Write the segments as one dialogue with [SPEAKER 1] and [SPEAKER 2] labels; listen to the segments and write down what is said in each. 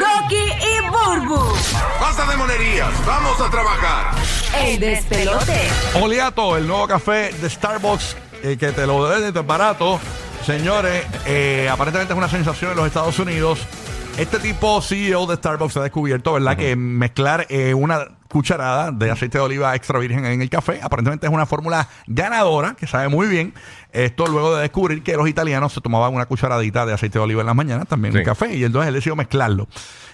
[SPEAKER 1] Rocky y Burbu,
[SPEAKER 2] Basta de monerías, vamos a trabajar.
[SPEAKER 1] el despelote.
[SPEAKER 3] Oliato, el nuevo café de Starbucks, eh, que te lo den de barato. Señores, eh, aparentemente es una sensación en los Estados Unidos. Este tipo CEO de Starbucks ha descubierto, ¿verdad?, que mezclar eh, una cucharada de aceite de oliva extra virgen en el café, aparentemente es una fórmula ganadora, que sabe muy bien. Esto luego de descubrir que los italianos se tomaban una cucharadita de aceite de oliva en las mañanas, también un café, y entonces él decidió mezclarlo.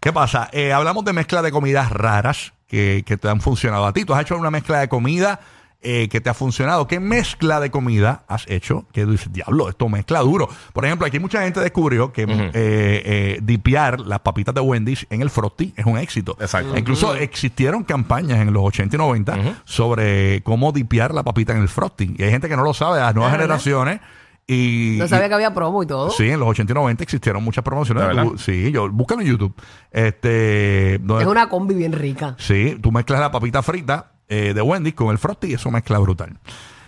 [SPEAKER 3] ¿Qué pasa? Eh, hablamos de mezcla de comidas raras que, que te han funcionado a ti. Tú has hecho una mezcla de comida eh, que te ha funcionado. ¿Qué mezcla de comida has hecho? Que tú dices, diablo, esto mezcla duro. Por ejemplo, aquí mucha gente descubrió que eh, eh, dipear las papitas de Wendy's en el frotti es un éxito. E
[SPEAKER 2] Exacto.
[SPEAKER 3] Incluso existieron campañas en los 80 y 90 sobre cómo dipear la papita en el frotti. Y hay gente que no lo sabe, las nuevas generaciones. Y,
[SPEAKER 4] No sabía que había promo y todo.
[SPEAKER 3] Sí, en los 80 y 90 existieron muchas promociones.
[SPEAKER 2] ¿De verdad?
[SPEAKER 3] Tú- sí, yo, búscalo en YouTube. Este, donde-
[SPEAKER 4] Es una combi bien rica.
[SPEAKER 3] Sí, tú mezclas la papita frita eh, de Wendy's con el frosty y eso mezcla brutal.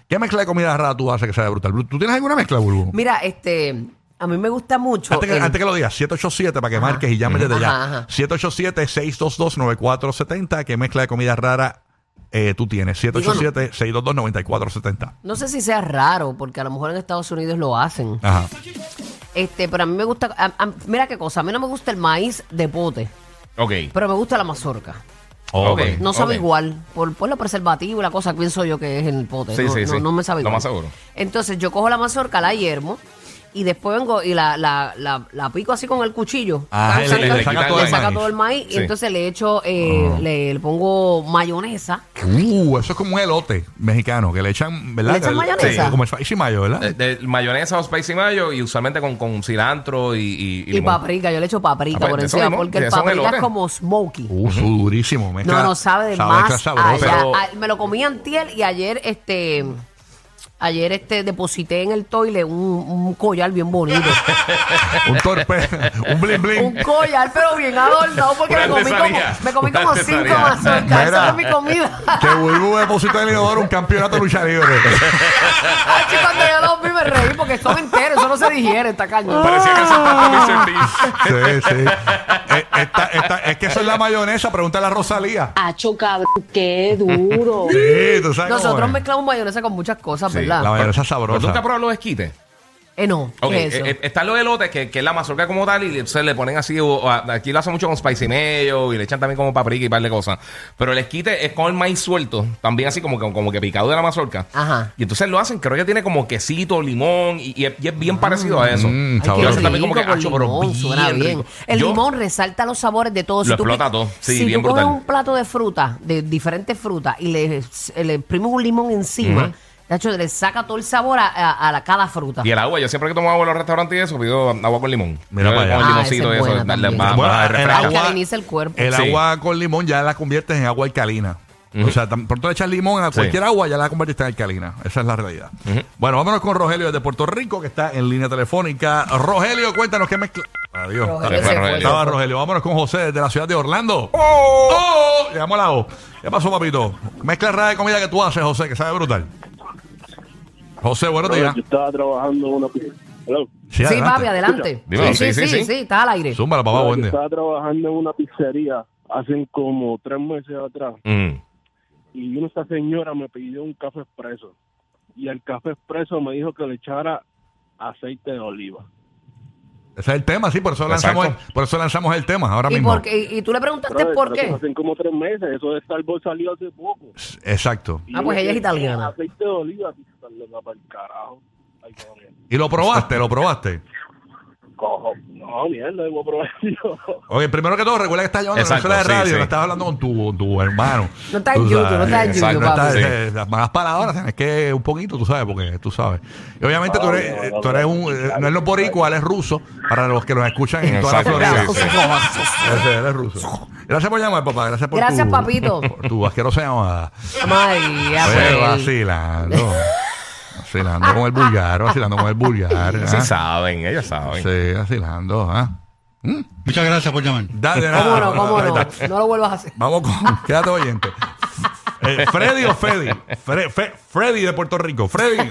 [SPEAKER 3] ¿Qué mezcla de comida rara tú haces que sea brutal? ¿Tú tienes alguna mezcla, Burbu?
[SPEAKER 4] Mira, este, a mí me gusta mucho.
[SPEAKER 3] Antes que,
[SPEAKER 4] el-
[SPEAKER 3] antes que lo digas, 787 para que marques y llames desde
[SPEAKER 4] Ajá,
[SPEAKER 3] ya.
[SPEAKER 4] ajá.
[SPEAKER 3] 787-622-9470. ¿Qué mezcla de comida rara eh, tú tienes? 787-622-9470.
[SPEAKER 4] No sé si sea raro, porque a lo mejor en Estados Unidos lo hacen.
[SPEAKER 3] Ajá.
[SPEAKER 4] Este, pero a mí me gusta. a- a- mira qué cosa, a mí no me gusta el maíz de pote,
[SPEAKER 2] Ok.
[SPEAKER 5] Eh,
[SPEAKER 4] pero me gusta la mazorca.
[SPEAKER 2] Ok.
[SPEAKER 4] No sabe
[SPEAKER 2] Ok.
[SPEAKER 4] igual. Por, por lo preservativo, la cosa, pienso yo que es en el pote.
[SPEAKER 2] Sí,
[SPEAKER 4] no,
[SPEAKER 2] sí,
[SPEAKER 4] no-
[SPEAKER 2] sí.
[SPEAKER 4] no me sabe
[SPEAKER 2] Lo
[SPEAKER 4] igual.
[SPEAKER 2] más seguro.
[SPEAKER 4] Entonces yo cojo la mazorca, la hiermo y después vengo y la, la, la, la pico así con el cuchillo.
[SPEAKER 3] Ajá,
[SPEAKER 4] Tan,
[SPEAKER 3] le-
[SPEAKER 4] tan,
[SPEAKER 3] le- le
[SPEAKER 4] tan,
[SPEAKER 3] saca
[SPEAKER 4] tan,
[SPEAKER 3] todo el
[SPEAKER 4] saca
[SPEAKER 3] maíz.
[SPEAKER 4] todo el maíz y
[SPEAKER 2] Sí.
[SPEAKER 4] entonces le echo, eh, le, le pongo mayonesa.
[SPEAKER 3] Uh, eso es como un elote mexicano que le echan, ¿verdad?
[SPEAKER 4] ¿Le echan
[SPEAKER 3] El-
[SPEAKER 4] mayonesa?
[SPEAKER 3] sí, como el spicy mayo, ¿verdad?
[SPEAKER 5] Eh, de mayonesa o spicy mayo y usualmente con, con cilantro y, y, y
[SPEAKER 4] Y,
[SPEAKER 5] limón.
[SPEAKER 4] paprika, yo le echo paprika
[SPEAKER 5] Ah, pues,
[SPEAKER 4] por
[SPEAKER 5] de eso
[SPEAKER 4] encima,
[SPEAKER 5] mismo,
[SPEAKER 4] porque
[SPEAKER 5] de
[SPEAKER 4] el
[SPEAKER 5] eso me
[SPEAKER 4] paprika es
[SPEAKER 5] logré.
[SPEAKER 4] como smoky.
[SPEAKER 3] Uh, su durísimo. Mezcla,
[SPEAKER 4] no, no sabe de
[SPEAKER 3] mezcla
[SPEAKER 4] más
[SPEAKER 3] sabrosa.
[SPEAKER 4] allá.
[SPEAKER 5] Pero-
[SPEAKER 4] Ah, me lo comí antier y ayer este ayer este deposité en el toile un, un collar bien bonito.
[SPEAKER 3] Un torpe, un bling bling.
[SPEAKER 4] un collar pero bien adornado porque
[SPEAKER 5] Una
[SPEAKER 4] me comí como,
[SPEAKER 5] artesanía.
[SPEAKER 4] me comí
[SPEAKER 5] Una
[SPEAKER 4] como cinco
[SPEAKER 5] artesanía.
[SPEAKER 4] mazorcas. Esa
[SPEAKER 3] Mira.
[SPEAKER 4] es mi comida.
[SPEAKER 3] Que Burbu depositó en el inodoro un campeonato de lucha libre.
[SPEAKER 4] Ay, chico, cuando yo los vi me reí porque son enteros, eso no se digiere, está cañón. Ah.
[SPEAKER 5] Parecía que se estaba Vicente.
[SPEAKER 3] Sí, sí. Eh, esta- esta- es que eso es la mayonesa, pregúntale a Rosalía.
[SPEAKER 4] Ah.
[SPEAKER 6] Acho, cabrón, qué duro.
[SPEAKER 3] Sí, tú sabes cómo
[SPEAKER 4] Nosotros
[SPEAKER 3] es.
[SPEAKER 4] mezclamos mayonesa con muchas cosas,
[SPEAKER 5] Sí,
[SPEAKER 4] ¿verdad?
[SPEAKER 3] La mayonesa es
[SPEAKER 5] ¿Pero tú te
[SPEAKER 3] sabrosa.
[SPEAKER 5] has probado los esquites?
[SPEAKER 4] Eh, no, ¿qué
[SPEAKER 5] Ok,
[SPEAKER 4] es eso?
[SPEAKER 5] eh, eh, están los elotes que, que es la mazorca como tal y le- se le ponen así, o- o a- aquí lo hacen mucho con spicy mayo y le echan también como paprika y un par de cosas. Pero el esquite es con el maíz suelto, también así como, que- como que picado de la mazorca.
[SPEAKER 4] Ajá.
[SPEAKER 5] Y entonces lo hacen, creo que tiene como quesito, limón y, y es, y es bien parecido a eso. Y
[SPEAKER 3] Mm,
[SPEAKER 4] Ay, qué
[SPEAKER 5] lo
[SPEAKER 3] sabroso.
[SPEAKER 5] hacen también como que
[SPEAKER 4] rico con
[SPEAKER 5] hacho, pero
[SPEAKER 4] limón, suena
[SPEAKER 5] bien
[SPEAKER 4] bien.
[SPEAKER 5] rico.
[SPEAKER 4] El
[SPEAKER 5] Yo-
[SPEAKER 4] limón resalta los sabores de todo.
[SPEAKER 5] Lo
[SPEAKER 4] tú
[SPEAKER 5] explota
[SPEAKER 4] pi-
[SPEAKER 5] todo. Sí,
[SPEAKER 4] si
[SPEAKER 5] bien
[SPEAKER 4] tú coges
[SPEAKER 5] brutal.
[SPEAKER 4] un plato de fruta, de diferentes frutas, y le, le imprimes un limón encima, Nacho, le saca todo el sabor a, a- a la- cada fruta.
[SPEAKER 5] Y el agua, yo siempre que tomo agua en los restaurantes y eso, pido agua con limón.
[SPEAKER 3] Mira
[SPEAKER 5] Yo
[SPEAKER 3] para
[SPEAKER 5] con
[SPEAKER 3] allá.
[SPEAKER 5] el
[SPEAKER 4] Ah,
[SPEAKER 5] limoncito y
[SPEAKER 4] esa es buena
[SPEAKER 5] eso. dale,
[SPEAKER 4] también.
[SPEAKER 5] va-
[SPEAKER 4] Bueno,
[SPEAKER 5] va,
[SPEAKER 3] el
[SPEAKER 5] refresca.
[SPEAKER 3] agua-
[SPEAKER 4] Alcaliniza el cuerpo.
[SPEAKER 3] El
[SPEAKER 5] Ah, Sí.
[SPEAKER 3] agua con limón ya la conviertes en agua alcalina. O sea, tan pronto le echas limón a
[SPEAKER 5] Sí.
[SPEAKER 3] cualquier agua, ya la conviertes en alcalina. Esa es la realidad. Bueno, vámonos con Rogelio desde Puerto Rico, que está en línea telefónica. Rogelio, cuéntanos qué mezcla. Adiós.
[SPEAKER 4] Rogelio
[SPEAKER 5] se fue.
[SPEAKER 3] Estaba Rogelio. Vámonos con José desde la ciudad de Orlando. ¡Oh! Llegamos a la O. ¿Qué pasó, papito? Mezcla rara de comida que tú haces, José, que sabe brutal. José, buenos
[SPEAKER 7] Brother,
[SPEAKER 3] días.
[SPEAKER 7] Yo estaba trabajando en una Hello.
[SPEAKER 4] sí,
[SPEAKER 3] adelante.
[SPEAKER 4] papi, adelante.
[SPEAKER 5] Dímelo, sí, sí, sí.
[SPEAKER 4] está al aire.
[SPEAKER 3] Zúmbala, papá,
[SPEAKER 7] Brother,
[SPEAKER 3] buen
[SPEAKER 7] yo
[SPEAKER 3] día.
[SPEAKER 7] estaba trabajando en una pizzería hace como tres meses atrás
[SPEAKER 5] Mm.
[SPEAKER 7] y una esta señora me pidió un café expreso y al café expreso me dijo que le echara aceite de oliva.
[SPEAKER 3] Ese es el tema, sí, por eso, lanzamos el,
[SPEAKER 5] Exacto.
[SPEAKER 3] por eso lanzamos el tema ahora
[SPEAKER 4] ¿Y,
[SPEAKER 3] mismo.
[SPEAKER 4] por qué? ¿Y- y tú le preguntaste
[SPEAKER 7] Brother,
[SPEAKER 4] ¿Este por
[SPEAKER 7] pero eso
[SPEAKER 4] qué.
[SPEAKER 7] fue Hace como tres meses, eso de Starbucks salió hace poco.
[SPEAKER 3] Exacto.
[SPEAKER 7] Y
[SPEAKER 4] Ah, pues ella
[SPEAKER 7] yo
[SPEAKER 4] es
[SPEAKER 7] dije,
[SPEAKER 4] italiana.
[SPEAKER 7] Aceite de oliva, así está loca para el carajo. Ay, coño.
[SPEAKER 3] Y lo probaste, lo probaste.
[SPEAKER 7] Cojo. No, mierda, debo probar yo.
[SPEAKER 3] Oye, primero que todo, recuerda que estás llevando una
[SPEAKER 5] Exacto,
[SPEAKER 3] emisora de
[SPEAKER 5] sí,
[SPEAKER 3] radio,
[SPEAKER 5] sí.
[SPEAKER 3] no estás hablando con tu, tu hermano.
[SPEAKER 4] No estás
[SPEAKER 3] Tú
[SPEAKER 4] en YouTube,
[SPEAKER 3] sabes,
[SPEAKER 4] no estás en
[SPEAKER 3] exacto,
[SPEAKER 4] YouTube,
[SPEAKER 3] no estás-
[SPEAKER 5] papi.
[SPEAKER 3] eh, Las malas palabras tienes que un poquito, tú sabes, porque tú sabes. Y obviamente tú eres, eh, tú eres un, eh, no es los boricua, él es ruso, para los que los escuchan en toda la
[SPEAKER 5] Exacto,
[SPEAKER 3] Florida.
[SPEAKER 5] sí, sí.
[SPEAKER 3] Ese, él es ruso. Gracias por llamar, papá. Gracias por
[SPEAKER 4] Gracias,
[SPEAKER 3] tu,
[SPEAKER 4] papito.
[SPEAKER 3] Por tu asquerosa llamada.
[SPEAKER 4] María,
[SPEAKER 3] Oye,
[SPEAKER 4] pues.
[SPEAKER 3] vacilando. Vacilando con el vulgar, vacilando con el vulgar.
[SPEAKER 5] Sí
[SPEAKER 3] ¿ah?
[SPEAKER 5] saben, ellos saben.
[SPEAKER 3] Sí, vacilando, ¿ah?
[SPEAKER 8] Muchas gracias por llamar.
[SPEAKER 3] Dale, nada.
[SPEAKER 4] ¿Cómo no? ¿Cómo
[SPEAKER 3] Ahí
[SPEAKER 4] no?
[SPEAKER 3] está.
[SPEAKER 4] No lo vuelvas a hacer.
[SPEAKER 3] Vamos con. Quédate oyente. Eh, Freddy o Freddy. Fre- Fe- Freddy de Puerto Rico. Freddy,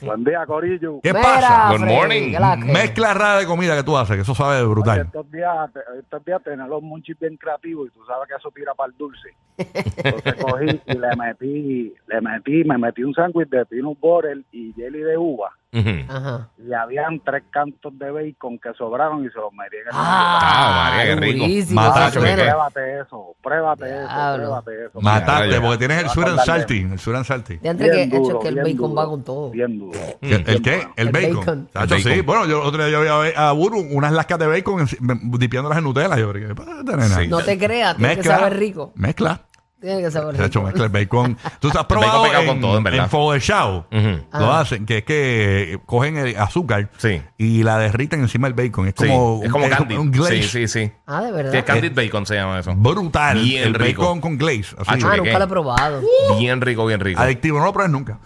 [SPEAKER 7] Buen día, Corillo.
[SPEAKER 3] ¿qué
[SPEAKER 4] Mira,
[SPEAKER 3] pasa?
[SPEAKER 5] Good
[SPEAKER 4] Freddy,
[SPEAKER 5] morning.
[SPEAKER 4] que la que-
[SPEAKER 3] Mezcla rara de comida que tú haces, que eso sabe brutal.
[SPEAKER 7] estos días, estos días tener los munchies bien creativos y tú sabes que eso tira para el dulce. Entonces cogí y le metí, le metí, me metí un sándwich de peanut butter y jelly de uva.
[SPEAKER 5] Ujú.
[SPEAKER 4] Ajá.
[SPEAKER 7] Y habían tres cantos de bacon que sobraron y se los metí en el
[SPEAKER 5] Ah, María, qué rico.
[SPEAKER 4] durísimo,
[SPEAKER 3] Matacho,
[SPEAKER 4] suena.
[SPEAKER 3] ¿qué?
[SPEAKER 7] Pruébate eso, pruébate eso,
[SPEAKER 4] Diablo.
[SPEAKER 7] pruébate eso.
[SPEAKER 3] Mataste,
[SPEAKER 5] ya.
[SPEAKER 3] porque tienes el
[SPEAKER 7] Vas a
[SPEAKER 3] sur and
[SPEAKER 7] darle.
[SPEAKER 3] salty. El sur and salty.
[SPEAKER 4] De antes que,
[SPEAKER 7] Bien
[SPEAKER 4] hecho,
[SPEAKER 7] duro,
[SPEAKER 4] que el
[SPEAKER 7] bien
[SPEAKER 4] bacon
[SPEAKER 7] duro,
[SPEAKER 4] va con todo.
[SPEAKER 7] Bien duro.
[SPEAKER 3] ¿El, el qué? El,
[SPEAKER 4] El
[SPEAKER 3] bacon.
[SPEAKER 4] bacon.
[SPEAKER 3] Tacho,
[SPEAKER 5] El bacon.
[SPEAKER 3] sí. Bueno, yo el otro día yo vi a, Be- a Buru unas lascas de bacon en- me- dipiéndolas en Nutella. Yo dije, "Párate, nena".
[SPEAKER 5] Sí.
[SPEAKER 4] No te creas, tiene que saber rico.
[SPEAKER 3] Mezcla.
[SPEAKER 4] Tiene que saber
[SPEAKER 3] Se ha hecho
[SPEAKER 4] rico.
[SPEAKER 3] mezcla el bacon. Tú has
[SPEAKER 5] bacon
[SPEAKER 3] probado
[SPEAKER 5] pegado
[SPEAKER 3] en,
[SPEAKER 5] con todo, en verdad.
[SPEAKER 3] en fuego de chao.
[SPEAKER 5] Ujú.
[SPEAKER 4] Ah.
[SPEAKER 3] Lo hacen, que es que cogen el azúcar
[SPEAKER 5] Sí.
[SPEAKER 3] y la derriten encima del bacon. Es
[SPEAKER 5] Sí,
[SPEAKER 3] como,
[SPEAKER 5] es como
[SPEAKER 3] un,
[SPEAKER 5] candy.
[SPEAKER 3] un Eh. glaze.
[SPEAKER 5] Sí, sí, sí.
[SPEAKER 4] Ah, de
[SPEAKER 5] Sí, es
[SPEAKER 4] verdad.
[SPEAKER 5] candied bacon se llama eso.
[SPEAKER 3] Brutal.
[SPEAKER 5] Bien
[SPEAKER 3] el
[SPEAKER 5] rico.
[SPEAKER 3] bacon con glaze. así.
[SPEAKER 5] Ah,
[SPEAKER 4] Ah,
[SPEAKER 5] chulo.
[SPEAKER 4] nunca lo he probado.
[SPEAKER 5] Bien rico, bien rico.
[SPEAKER 3] Adictivo, no lo pruebes nunca.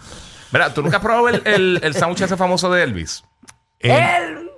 [SPEAKER 5] Mira, ¿tú nunca has probado el, el, el sándwich ese famoso de Elvis?
[SPEAKER 3] El,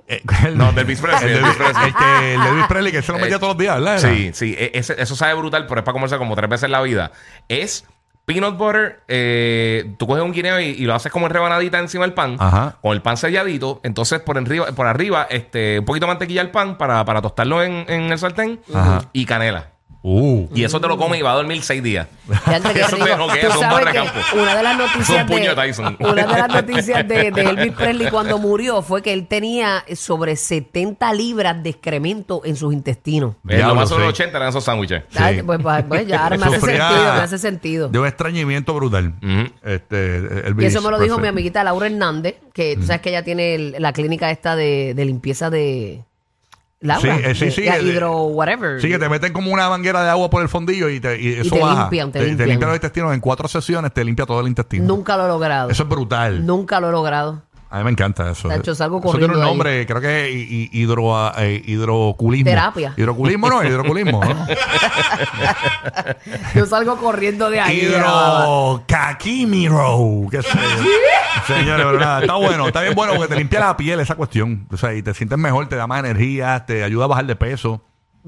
[SPEAKER 3] eh, el-
[SPEAKER 5] No, de Elvis Presley,
[SPEAKER 3] El de
[SPEAKER 5] Elvis
[SPEAKER 3] Elvis- el que, el de Elvis Presley, que se lo metía
[SPEAKER 5] Eh,
[SPEAKER 3] todos los días, ¿verdad?
[SPEAKER 5] Sí, sí. e- ese- eso sabe brutal, pero es para comerse como tres veces en la vida. Es peanut butter. eh, tú coges un guineo y, y lo haces como en rebanadita encima del pan.
[SPEAKER 3] Ajá.
[SPEAKER 5] Con el pan selladito. Entonces, por arriba, por arriba este, un poquito de mantequilla al pan para, para tostarlo en, en el sartén.
[SPEAKER 3] Ajá.
[SPEAKER 5] Y canela.
[SPEAKER 3] Uh.
[SPEAKER 5] Y eso te lo comes y va a dormir seis días.
[SPEAKER 4] De antes que
[SPEAKER 5] Eso te
[SPEAKER 4] rico.
[SPEAKER 5] noquea,
[SPEAKER 4] Tú
[SPEAKER 5] son
[SPEAKER 4] sabes
[SPEAKER 5] barra
[SPEAKER 4] que
[SPEAKER 5] campo.
[SPEAKER 4] una de las
[SPEAKER 5] Son
[SPEAKER 4] noticias
[SPEAKER 5] puño de
[SPEAKER 4] de,
[SPEAKER 5] Tyson.
[SPEAKER 4] una de las noticias de, de Elvis Presley cuando murió fue que él tenía sobre 70 libras de excremento en sus intestinos.
[SPEAKER 5] Eh, lo
[SPEAKER 3] Diablo,
[SPEAKER 5] más sobre
[SPEAKER 3] sí.
[SPEAKER 5] 80 eran esos sándwiches.
[SPEAKER 4] Ay, pues, pues, pues, ya ahora me hace
[SPEAKER 3] Sufría
[SPEAKER 4] sentido, me hace sentido.
[SPEAKER 3] De un extrañimiento brutal.
[SPEAKER 5] Ujú.
[SPEAKER 3] este,
[SPEAKER 4] Y
[SPEAKER 3] Elvis Mm.
[SPEAKER 4] eso me lo dijo
[SPEAKER 3] Presley.
[SPEAKER 4] mi amiguita Laura Hernández, que tú sabes que ella tiene el- la clínica esta de, de limpieza de... Laura,
[SPEAKER 3] Sí, eh, sí,
[SPEAKER 4] de-
[SPEAKER 3] sí,
[SPEAKER 4] de
[SPEAKER 3] eh,
[SPEAKER 4] hidro whatever.
[SPEAKER 3] Sí, que te meten como una manguera de agua por el fondillo y, te, y eso
[SPEAKER 4] te
[SPEAKER 3] baja.
[SPEAKER 4] limpian, te
[SPEAKER 3] te
[SPEAKER 4] limpian.
[SPEAKER 3] limpian los intestinos en cuatro sesiones, te limpia todo el intestino.
[SPEAKER 4] Nunca lo he logrado.
[SPEAKER 3] Eso es brutal.
[SPEAKER 4] Nunca lo he logrado.
[SPEAKER 3] A mí me encanta eso.
[SPEAKER 4] Nacho, salgo
[SPEAKER 3] eso tiene
[SPEAKER 4] corriendo
[SPEAKER 3] un
[SPEAKER 4] de ahí.
[SPEAKER 3] nombre, creo que es hi- hi- hidro, eh, hidroculismo.
[SPEAKER 4] Terapia.
[SPEAKER 3] Hidroculismo no, hidroculismo. ¿no?
[SPEAKER 4] Yo salgo corriendo de ahí. grabada.
[SPEAKER 3] Hidrocaquimiro. ¿Qué sé yo. Señores, pero nada, está bueno, está bien bueno porque te limpia la piel esa cuestión. O sea, y te sientes mejor, te da más energía, te ayuda a bajar de peso.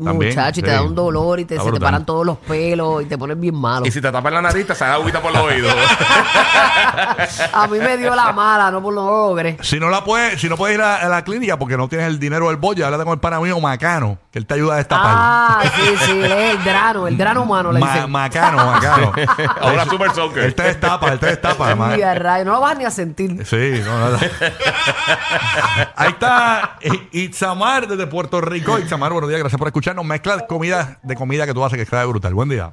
[SPEAKER 3] También,
[SPEAKER 4] Muchacho, y te
[SPEAKER 3] sí.
[SPEAKER 4] da un dolor y te,
[SPEAKER 3] Está
[SPEAKER 4] se te
[SPEAKER 3] brutal.
[SPEAKER 4] paran todos los pelos y te pones bien malo.
[SPEAKER 5] Y si te tapas la nariz, te sale agüita por los oídos.
[SPEAKER 4] A mí me dio la mala, no por los ogres.
[SPEAKER 3] Si no la puedes, si no puedes ir a, a la clínica porque no tienes el dinero del bollo, habla con el pana mío Macano, que él te ayuda a destapar.
[SPEAKER 4] Ah, sí, sí, él es el drano, el drano humano, le
[SPEAKER 3] Ma-
[SPEAKER 4] dicen.
[SPEAKER 3] Macano, Macano.
[SPEAKER 5] Ahora
[SPEAKER 3] Él-
[SPEAKER 5] Super Soaker.
[SPEAKER 3] Él te destapa, él te destapa. ma-
[SPEAKER 4] Y a rayo, no lo vas ni a sentir.
[SPEAKER 3] Sí, no, no, no. Ahí está I- Itzamar desde Puerto Rico. Itzamar, buenos días, gracias por escucharnos. Mezcla de comida, de comida que tú haces que está brutal. Buen día.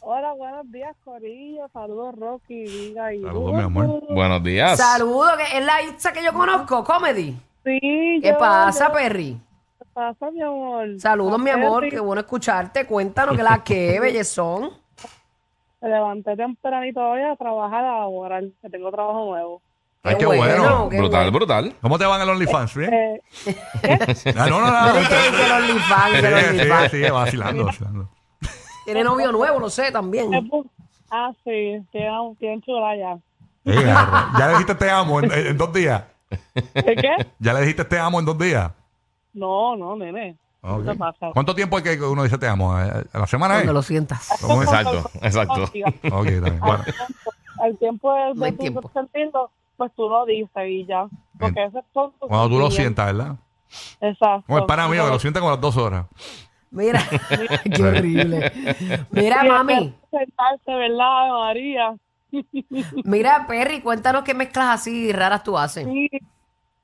[SPEAKER 6] Hola, buenos días, Corillo. Saludos, Rocky, Viga y
[SPEAKER 3] Saludos, mi amor.
[SPEAKER 5] Buenos días.
[SPEAKER 4] Saludo, que es la pizza que yo conozco, comedy.
[SPEAKER 6] Sí,
[SPEAKER 4] ¿Qué
[SPEAKER 6] yo-
[SPEAKER 4] pasa, Perry?
[SPEAKER 6] ¿Qué pasa, mi amor? Ah,
[SPEAKER 4] Saludos, mi amor,
[SPEAKER 6] Acuérdate,
[SPEAKER 4] qué bueno escucharte. Cuéntanos que la que bellezón.
[SPEAKER 6] Me levanté tempranito hoy a trabajar a laborar, que tengo trabajo nuevo.
[SPEAKER 3] Ay, qué bueno.
[SPEAKER 4] qué
[SPEAKER 5] brutal,
[SPEAKER 4] bueno.
[SPEAKER 5] brutal.
[SPEAKER 3] ¿Cómo te van el OnlyFans? ¿Bien?
[SPEAKER 6] Eh,
[SPEAKER 3] Ah, no, no, no.
[SPEAKER 4] Pero es que dice el
[SPEAKER 3] Sí,
[SPEAKER 4] OnlyFans, dice el OnlyFans.
[SPEAKER 3] sí, sí, vacilando, vacilando.
[SPEAKER 4] Tiene novio nuevo, lo sé
[SPEAKER 6] me
[SPEAKER 4] también.
[SPEAKER 6] puse- ah, sí, tienen, tienen chula ya.
[SPEAKER 3] Eh, garra. ya le dijiste te amo en, en dos días.
[SPEAKER 6] ¿De qué?
[SPEAKER 3] Ya le dijiste te amo en dos días.
[SPEAKER 6] No, no, nene.
[SPEAKER 3] Ok.
[SPEAKER 6] ¿Qué pasa?
[SPEAKER 3] ¿Cuánto tiempo es que uno dice te amo? ¿A a la semana? eh?
[SPEAKER 4] Cuando lo sientas.
[SPEAKER 3] ¿Cómo es?
[SPEAKER 5] Exacto, exacto.
[SPEAKER 6] Contigo.
[SPEAKER 3] Ok, está bien. Bueno,
[SPEAKER 6] El tiempo es
[SPEAKER 4] No hay
[SPEAKER 6] de
[SPEAKER 4] tiempo.
[SPEAKER 6] tu sentirlo, pues tú lo dices y ya. Porque esos son tus
[SPEAKER 3] cuando tú lo
[SPEAKER 6] sentimientos.
[SPEAKER 3] sientas, ¿verdad?
[SPEAKER 6] Exacto.
[SPEAKER 3] Como el pana mío, que lo sienta como a las dos horas.
[SPEAKER 4] Mira, qué horrible. Mira,
[SPEAKER 6] Y
[SPEAKER 4] mami.
[SPEAKER 6] hacer Sentarse, ¿verdad, María?
[SPEAKER 4] Mira, Perry, cuéntanos qué mezclas así raras tú haces.
[SPEAKER 6] Sí.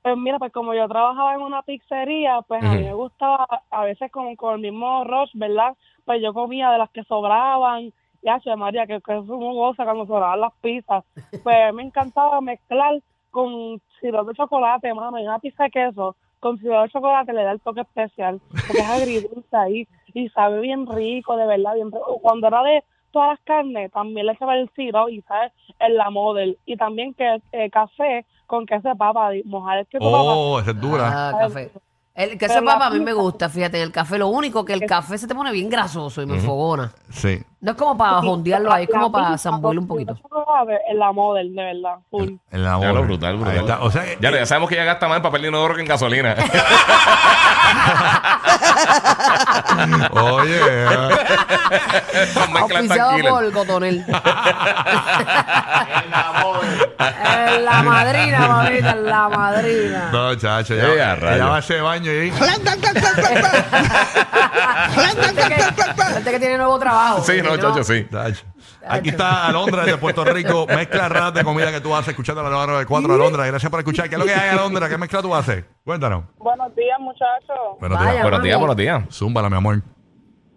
[SPEAKER 6] Pues mira, pues como yo trabajaba en una pizzería, pues a mí
[SPEAKER 5] Ujú.
[SPEAKER 6] me gustaba, a veces con, con el mismo rush, ¿verdad? Pues yo comía de las que sobraban. Y hace María, que, que es un goza cuando sobraban las pizzas. Pues me encantaba mezclar con sirope de chocolate, mano, y una pizza de queso. Con sirope de chocolate le da el toque especial, porque es agridulce ahí y sabe bien rico, de verdad. bien rico. Cuando era de todas las carnes, también le echaba el sirope y sabe en la model. Y también que eh, café con queso de papa, y mojar el queso de papa.
[SPEAKER 3] Oh, esa es dura.
[SPEAKER 4] Ah, café. El queso de
[SPEAKER 6] Pero la
[SPEAKER 4] papa a mí me
[SPEAKER 6] pizza-
[SPEAKER 4] gusta, fíjate, en el café. Lo único que el café se te pone bien grasoso y me enfogona.
[SPEAKER 3] Sí.
[SPEAKER 4] No es como para jondearlo ahí, es como
[SPEAKER 6] La
[SPEAKER 4] para
[SPEAKER 6] pizza
[SPEAKER 4] zambuirlo un
[SPEAKER 6] con
[SPEAKER 4] poquito.
[SPEAKER 6] queso de papa Es la model, de verdad. full.
[SPEAKER 3] En la
[SPEAKER 5] Ya
[SPEAKER 3] boca.
[SPEAKER 5] lo brutal, brutal.
[SPEAKER 3] Ahí está. O sea,
[SPEAKER 5] Ya, ya sabemos que ella gasta más en papel de inodoro que en gasolina. Eso
[SPEAKER 3] oye.
[SPEAKER 5] mezcla
[SPEAKER 4] Auspiciado
[SPEAKER 5] tranquila.
[SPEAKER 4] por el cotonel. En la madrina, mamita, en la madrina.
[SPEAKER 3] No, chacho,
[SPEAKER 5] Eh,
[SPEAKER 3] ya,
[SPEAKER 5] a rayos.
[SPEAKER 3] ya va a ese baño y
[SPEAKER 4] Gente que, gente que tiene nuevo trabajo.
[SPEAKER 5] Sí,
[SPEAKER 4] que
[SPEAKER 5] no, chacho, sí.
[SPEAKER 3] Chacho. Aquí está Alondra de Puerto Rico. Mezcla rap de comida que tú haces escuchando la nueva 94 Alondra. Gracias por escuchar. ¿Qué es lo que hay, Alondra? ¿Qué mezcla tú haces? Cuéntanos.
[SPEAKER 6] Buenos días, muchachos.
[SPEAKER 3] Buenos
[SPEAKER 4] Vaya.
[SPEAKER 3] días.
[SPEAKER 5] Buenos días, buenos días.
[SPEAKER 3] Zúmbala, mi amor.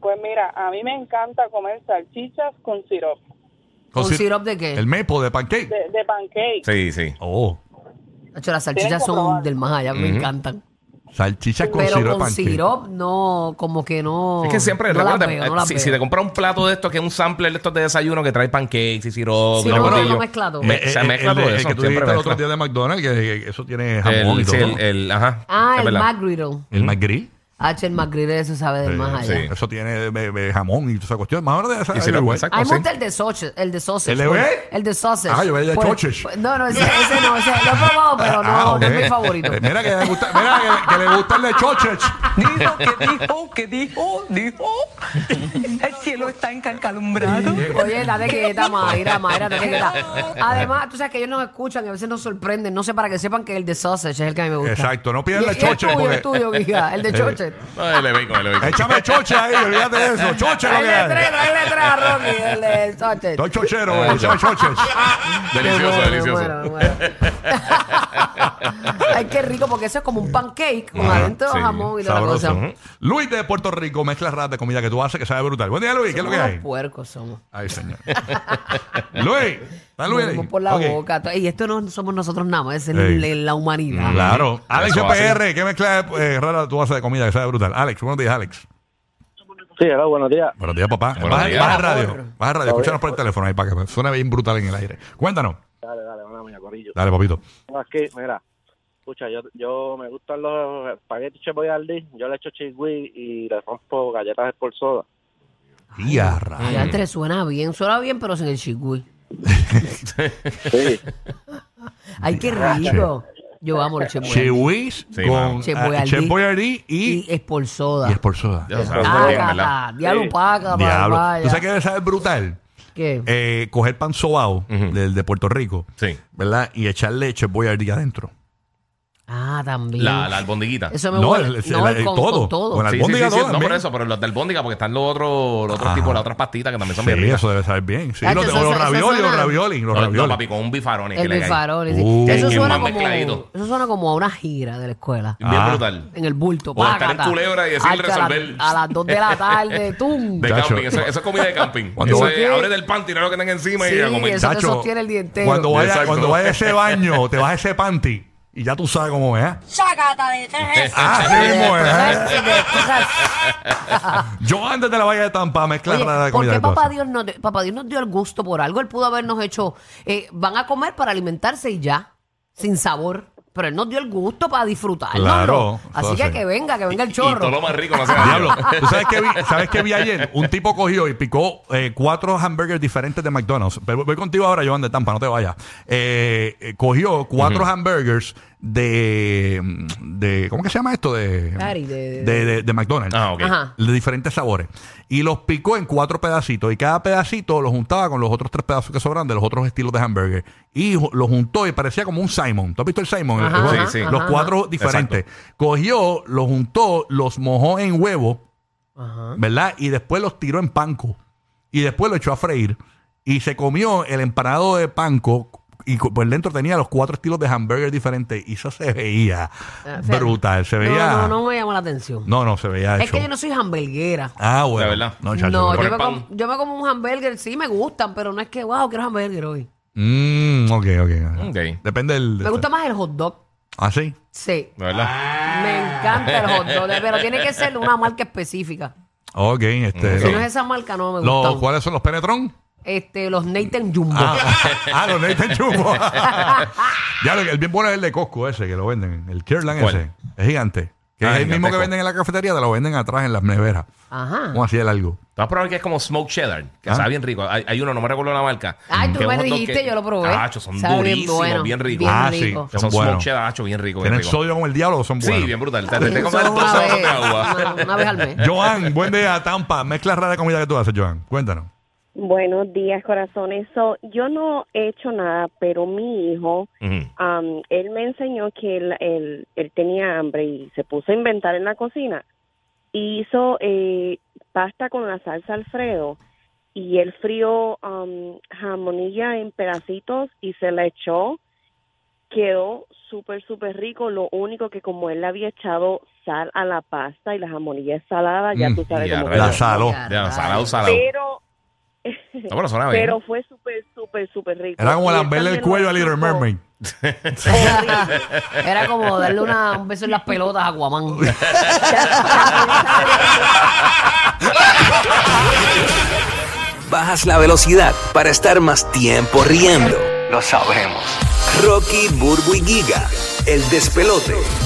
[SPEAKER 6] Pues mira, a mí me encanta comer salchichas con sirope
[SPEAKER 4] ¿Con
[SPEAKER 3] sir-
[SPEAKER 4] sirope de qué?
[SPEAKER 3] El maple de pancake.
[SPEAKER 6] de, de pancake.
[SPEAKER 5] Sí, sí.
[SPEAKER 3] Oh,
[SPEAKER 4] Chacho, las
[SPEAKER 6] Tienen
[SPEAKER 4] salchichas
[SPEAKER 6] que
[SPEAKER 4] son
[SPEAKER 6] probar.
[SPEAKER 4] del más allá, me encantan.
[SPEAKER 3] salchichas con
[SPEAKER 4] Pero
[SPEAKER 3] sirope de
[SPEAKER 4] con
[SPEAKER 3] pancake.
[SPEAKER 4] sirope, no, como que no.
[SPEAKER 5] Es que siempre,
[SPEAKER 4] no las
[SPEAKER 5] recuerda,
[SPEAKER 4] veo,
[SPEAKER 5] eh,
[SPEAKER 4] no las
[SPEAKER 5] si,
[SPEAKER 4] veo.
[SPEAKER 5] si te compras un plato de estos, que es un sampler de estos de desayuno que trae pancakes y sirope,
[SPEAKER 4] Sí,
[SPEAKER 5] y
[SPEAKER 4] no, no,
[SPEAKER 5] bocadillo,
[SPEAKER 4] no mezcla todo.
[SPEAKER 5] me-
[SPEAKER 3] Eh,
[SPEAKER 5] se
[SPEAKER 3] eh,
[SPEAKER 5] mezcla
[SPEAKER 3] el,
[SPEAKER 5] todo
[SPEAKER 3] el
[SPEAKER 5] eso.
[SPEAKER 3] que tú
[SPEAKER 5] siempre
[SPEAKER 3] dijiste el otro
[SPEAKER 5] mezcla.
[SPEAKER 3] día de McDonald's, que, que eso tiene jamón y
[SPEAKER 5] El, sí,
[SPEAKER 3] todo.
[SPEAKER 5] el, el- ajá.
[SPEAKER 4] Ah,
[SPEAKER 5] Es
[SPEAKER 4] el
[SPEAKER 5] verdad.
[SPEAKER 4] McGriddle.
[SPEAKER 3] El McGrill.
[SPEAKER 4] H, el McGriddle, eso sabe del más allá.
[SPEAKER 5] sí.
[SPEAKER 3] Eso tiene eh, eh, jamón y toda esa cuestión. Más o menos de esa.
[SPEAKER 5] Y sirope,
[SPEAKER 3] igual.
[SPEAKER 5] exacto.
[SPEAKER 4] A mí me
[SPEAKER 5] sí.
[SPEAKER 4] gusta el de sausage. El de sausage.
[SPEAKER 3] ¿Ah, ¿El de
[SPEAKER 4] pues,
[SPEAKER 3] qué?
[SPEAKER 4] el de sausage.
[SPEAKER 3] Ah, yo veía de
[SPEAKER 4] Pues,
[SPEAKER 3] sausage.
[SPEAKER 4] pues, no, no, ese, ese no. Ese, lo he probado, pero no,
[SPEAKER 3] Ah,
[SPEAKER 4] no es
[SPEAKER 3] ok.
[SPEAKER 4] mi favorito.
[SPEAKER 3] Eh, Mira que le gusta, mira que, que le gusta el de chochech.
[SPEAKER 9] Dijo que dijo, que dijo, dijo. El cielo está encalumbrado.
[SPEAKER 4] Oye, date quieta, Mayra, Mayra, date quieta. Además, tú sabes que ellos nos escuchan y a veces nos sorprenden. No sé, para que sepan que el de sausage es el que a mí me gusta.
[SPEAKER 3] Exacto, no pierdas
[SPEAKER 4] Y-
[SPEAKER 3] el
[SPEAKER 4] y
[SPEAKER 3] choche,
[SPEAKER 4] El tuyo,
[SPEAKER 3] porque- Eh,
[SPEAKER 4] el tuyo, mija, el de choche.
[SPEAKER 5] No, el de bacon, el de bacon.
[SPEAKER 3] Échame choche ahí, olvídate de eso. Choche lo
[SPEAKER 4] Dale
[SPEAKER 3] que
[SPEAKER 4] tres,
[SPEAKER 3] hay.
[SPEAKER 4] dale tres a Rocky, el del sausage.
[SPEAKER 3] Dos chocheros,
[SPEAKER 5] Ah,
[SPEAKER 3] eh, échame chochech.
[SPEAKER 5] Delicioso,
[SPEAKER 4] Me
[SPEAKER 5] delicioso.
[SPEAKER 4] muero, me muero, me muero. Ay, qué rico, porque eso es como un pancake con
[SPEAKER 5] Ajá,
[SPEAKER 4] adentro
[SPEAKER 5] sí,
[SPEAKER 4] jamón y toda la cosa.
[SPEAKER 3] Sabroso. Luis de Puerto Rico mezcla rap de comida que tú haces que sabe brutal. Buen día, Luis. ¿Qué es lo que
[SPEAKER 4] Unos
[SPEAKER 3] hay?
[SPEAKER 4] puercos somos.
[SPEAKER 3] Ay, señor. Luis. ¿Está Luis? ahí?
[SPEAKER 4] Morimos por la
[SPEAKER 3] Ok.
[SPEAKER 4] boca. to- Y esto no somos nosotros nada más, es el-
[SPEAKER 3] Ey. Mm,
[SPEAKER 4] el- la humanidad.
[SPEAKER 3] Claro. Alex
[SPEAKER 5] Eso hace.
[SPEAKER 3] PR, ¿qué mezcla eh, rara tú haces de comida que sabe brutal? Alex, buenos días, Alex.
[SPEAKER 7] Sí, hola, buenos días.
[SPEAKER 3] Buenos días, papá.
[SPEAKER 5] Buenos
[SPEAKER 3] baja,
[SPEAKER 5] días.
[SPEAKER 3] baja el radio. Baja el radio. Escúchanos por el teléfono ahí para que suene bien brutal en el aire. Cuéntanos.
[SPEAKER 7] Dale, dale, una mía, corrillo.
[SPEAKER 3] Dale, papito.
[SPEAKER 7] No, es que, mira, escucha, yo, yo me gustan los espaguetis cheboyardi, yo le echo chigui y le rompo galletas de por soda.
[SPEAKER 3] Y a rayos.
[SPEAKER 4] Ya entre suena bien, suena bien, pero sin el chigüí.
[SPEAKER 7] Sí,
[SPEAKER 4] Ay, qué rico. Yo amo el chigüí.
[SPEAKER 3] Chewis
[SPEAKER 5] Sí,
[SPEAKER 3] con
[SPEAKER 5] mano.
[SPEAKER 4] Chef
[SPEAKER 3] ah,
[SPEAKER 4] Boyardee.
[SPEAKER 3] Chef Boyardee y,
[SPEAKER 4] Y es por
[SPEAKER 3] y
[SPEAKER 4] soda.
[SPEAKER 3] Espor Soda.
[SPEAKER 5] Ya lo
[SPEAKER 4] Ah,
[SPEAKER 5] sabes, muy bien, ¿verdad?
[SPEAKER 4] Paca, diablo, paca,
[SPEAKER 3] Diablo.
[SPEAKER 4] papaya.
[SPEAKER 3] ¿Tú sabes qué debe saber brutal?
[SPEAKER 4] ¿Qué?
[SPEAKER 3] Eh, coger pan sobao del de Puerto Rico,
[SPEAKER 5] Sí.
[SPEAKER 3] ¿verdad? Y echarle Chef Boyardee adentro.
[SPEAKER 4] Ah, también.
[SPEAKER 5] La, la albondiguita.
[SPEAKER 4] Eso me
[SPEAKER 3] No,
[SPEAKER 4] gusta.
[SPEAKER 3] el- el- el-
[SPEAKER 4] con,
[SPEAKER 3] todo.
[SPEAKER 4] con todo.
[SPEAKER 3] Con la-
[SPEAKER 5] Sí, sí, sí,
[SPEAKER 3] albóndiga
[SPEAKER 5] sí,
[SPEAKER 3] toda
[SPEAKER 5] No
[SPEAKER 3] también. Ah.
[SPEAKER 5] por eso, pero los del albóndiga, porque están los otros, los otros
[SPEAKER 3] Ajá.
[SPEAKER 5] tipos, las otras pastitas que también son bien
[SPEAKER 3] Sí,
[SPEAKER 5] ricas.
[SPEAKER 3] eso debe saber bien. Sí,
[SPEAKER 4] Ah,
[SPEAKER 3] los,
[SPEAKER 4] eso-
[SPEAKER 3] los
[SPEAKER 4] eso- eso
[SPEAKER 3] ravioli, los
[SPEAKER 4] suena-
[SPEAKER 3] ravioli, los
[SPEAKER 5] No, no,
[SPEAKER 3] ravioli.
[SPEAKER 5] papi, con un bifarone.
[SPEAKER 4] El
[SPEAKER 5] que le cae.
[SPEAKER 4] bifarol. sí.
[SPEAKER 3] Uh.
[SPEAKER 4] Eso,
[SPEAKER 5] Que
[SPEAKER 4] suena
[SPEAKER 5] más
[SPEAKER 4] como,
[SPEAKER 5] mezcladito.
[SPEAKER 4] eso suena como a una gira de la escuela.
[SPEAKER 5] Bien
[SPEAKER 3] Ah.
[SPEAKER 5] brutal.
[SPEAKER 4] En el bulto.
[SPEAKER 5] O estar en
[SPEAKER 4] pácata.
[SPEAKER 5] Culebra y decir
[SPEAKER 4] Hacho, a la-
[SPEAKER 5] resolver.
[SPEAKER 4] A las 2 de la tarde, tum.
[SPEAKER 5] De
[SPEAKER 3] Chacho.
[SPEAKER 5] camping, eso, eso es comida de camping.
[SPEAKER 3] Cuando-
[SPEAKER 5] Eso es, abre del pan, tira lo que tenga encima
[SPEAKER 4] Sí,
[SPEAKER 5] y a comer.
[SPEAKER 4] eso- te sostiene el día entero.
[SPEAKER 3] cuando vaya,
[SPEAKER 5] Exacto.
[SPEAKER 3] cuando vaya a ese baño, te vas a ese panty y ya tú sabes cómo es. ¿eh?
[SPEAKER 1] Sácata de tres.
[SPEAKER 3] Ah, sí,
[SPEAKER 4] De-
[SPEAKER 3] mismo es, ¿eh?
[SPEAKER 4] de- de-
[SPEAKER 3] Yo antes de la valla de Tampa mezcla
[SPEAKER 4] Oye,
[SPEAKER 3] rara de
[SPEAKER 4] pues, ¿por
[SPEAKER 3] comida
[SPEAKER 4] qué
[SPEAKER 3] que tú
[SPEAKER 4] papá
[SPEAKER 3] haces.
[SPEAKER 4] Dios, nos, papá Dios nos dio el gusto por algo? Él pudo habernos hecho, eh, van a comer para alimentarse y ya, sin sabor. Pero él nos dio el gusto para disfrutarlo.
[SPEAKER 3] Claro,
[SPEAKER 4] Así
[SPEAKER 3] eso
[SPEAKER 4] que
[SPEAKER 3] sí.
[SPEAKER 4] que venga, que venga el
[SPEAKER 5] Y todo lo
[SPEAKER 4] chorro.
[SPEAKER 5] más rico no hace daño.
[SPEAKER 3] Diablo, ¿tú sabes qué, vi, sabes qué vi ayer? Un tipo cogió y picó eh, cuatro hamburgers diferentes de McDonald's. Pero voy contigo ahora, Joan de Tampa, no te vayas. Eh, eh, cogió cuatro hamburgers de, de. ¿Cómo que se llama esto? De,
[SPEAKER 4] Patty, de-
[SPEAKER 3] de, de- de McDonald's.
[SPEAKER 5] Ah, ok.
[SPEAKER 4] Ajá.
[SPEAKER 3] De diferentes sabores. Y los picó en cuatro pedacitos. Y cada pedacito lo juntaba con los otros tres pedazos que sobran de los otros estilos de hamburger. Y ju- lo juntó y parecía como un Simon. ¿Tú has visto el Simon? El-
[SPEAKER 4] Ajá,
[SPEAKER 3] el-
[SPEAKER 5] ajá, Sí, sí.
[SPEAKER 3] Los
[SPEAKER 4] ajá,
[SPEAKER 3] cuatro diferentes. Cogió, los juntó, los mojó en huevo. ¿verdad? Y después los tiró en panco. Y después lo echó a freír. Y se comió el empanado de panco y cu- por dentro tenía los cuatro estilos de hamburger diferentes y eso se veía
[SPEAKER 4] Ah, fíjate.
[SPEAKER 3] brutal, se veía...
[SPEAKER 4] No, no, no me llama la atención.
[SPEAKER 3] No, no, se veía
[SPEAKER 4] es
[SPEAKER 3] hecho.
[SPEAKER 4] que yo no soy hamburguera.
[SPEAKER 3] Ah, bueno.
[SPEAKER 5] La verdad.
[SPEAKER 3] No, chacho,
[SPEAKER 4] No,
[SPEAKER 3] no.
[SPEAKER 4] yo
[SPEAKER 5] por el
[SPEAKER 4] me,
[SPEAKER 5] pan.
[SPEAKER 4] como, yo me como un hamburger, sí me gustan, pero no es que, wow, quiero hamburger hoy.
[SPEAKER 3] Mm, ok, ok.
[SPEAKER 5] Ok.
[SPEAKER 3] Depende del...
[SPEAKER 4] Me gusta más el hot dog.
[SPEAKER 3] ¿Ah, sí?
[SPEAKER 4] Sí.
[SPEAKER 5] De verdad.
[SPEAKER 4] Me encanta el hot dog, pero tiene que ser una marca específica.
[SPEAKER 3] Ok, este...
[SPEAKER 4] Si no es esa marca, no me gusta.
[SPEAKER 3] Los- ¿Cuáles son los penetrón?
[SPEAKER 4] Este, los Nathan Jumbo.
[SPEAKER 3] Ah, ah, los Nathan Chumbo.
[SPEAKER 5] Ah.
[SPEAKER 3] ya, lo que- el bien bueno es el de Costco ese que lo venden, el Kirland
[SPEAKER 5] ¿Cuál?
[SPEAKER 3] ese. Es gigante. Que
[SPEAKER 5] Ah,
[SPEAKER 3] es el mismo que
[SPEAKER 5] gigantesco.
[SPEAKER 3] venden en la cafetería, te lo venden atrás en las neveras.
[SPEAKER 10] Ah.
[SPEAKER 4] Ajá.
[SPEAKER 3] ¿Cómo así de largo?
[SPEAKER 5] Te vas a probar que es como smoke cheddar, que
[SPEAKER 3] Ah.
[SPEAKER 5] sabe bien rico. Hay, hay uno, no me recuerdo la marca. Mm.
[SPEAKER 4] Ay, tú
[SPEAKER 5] que es
[SPEAKER 4] me
[SPEAKER 5] un hot dog
[SPEAKER 4] dijiste,
[SPEAKER 5] que-
[SPEAKER 4] yo lo probé.
[SPEAKER 5] Tacho, son
[SPEAKER 4] Sabe bien
[SPEAKER 5] durísimos, bien,
[SPEAKER 4] bueno,
[SPEAKER 5] ricos.
[SPEAKER 4] bien
[SPEAKER 3] Ah,
[SPEAKER 4] rico.
[SPEAKER 3] sí.
[SPEAKER 5] Son
[SPEAKER 3] Son buenos.
[SPEAKER 5] smoke cheddar, tacho, bien ricos. bien
[SPEAKER 3] ¿Tienen
[SPEAKER 5] ricos.
[SPEAKER 3] sodio como el diablo o son buenos?
[SPEAKER 5] Sí, bien brutal. Te, te, te
[SPEAKER 4] Eso
[SPEAKER 5] comes dos
[SPEAKER 4] una
[SPEAKER 5] vasos de
[SPEAKER 4] vez,
[SPEAKER 5] agua.
[SPEAKER 4] una- una vez al mes.
[SPEAKER 3] Joan, buen día, Tampa. Mezcla rara de comida que tú haces, Joan. Cuéntanos.
[SPEAKER 10] Buenos días, corazones. So, yo no he hecho nada, pero mi hijo,
[SPEAKER 5] Ujú.
[SPEAKER 10] am, um, él me enseñó que él, él- él tenía hambre y se puso a inventar en la cocina. Y hizo eh, pasta con la salsa Alfredo y él frió am, jamonilla en pedacitos y se la echó. Quedó súper, súper rico. Lo único que como él le había echado sal a la pasta y la jamonilla es salada, Ah, ya
[SPEAKER 3] Mm,
[SPEAKER 10] tú sabes
[SPEAKER 5] ya,
[SPEAKER 10] cómo
[SPEAKER 5] rayos.
[SPEAKER 3] La
[SPEAKER 10] quedó.
[SPEAKER 3] saló.
[SPEAKER 5] Ya, salado, salado.
[SPEAKER 10] Pero...
[SPEAKER 5] No, pero Ah, suena bien.
[SPEAKER 10] Pero fue súper, súper, súper rico.
[SPEAKER 3] Era como
[SPEAKER 10] Y él
[SPEAKER 3] lamberle el
[SPEAKER 10] también lo
[SPEAKER 3] cuello a Little
[SPEAKER 10] hizo
[SPEAKER 3] Mermaid.
[SPEAKER 10] horrible.
[SPEAKER 4] Era como darle una, un beso en las pelotas a Guamán.
[SPEAKER 11] Bajas la velocidad para estar más tiempo riendo. Lo sabemos. Rocky, Burbu y Giga, el despelote.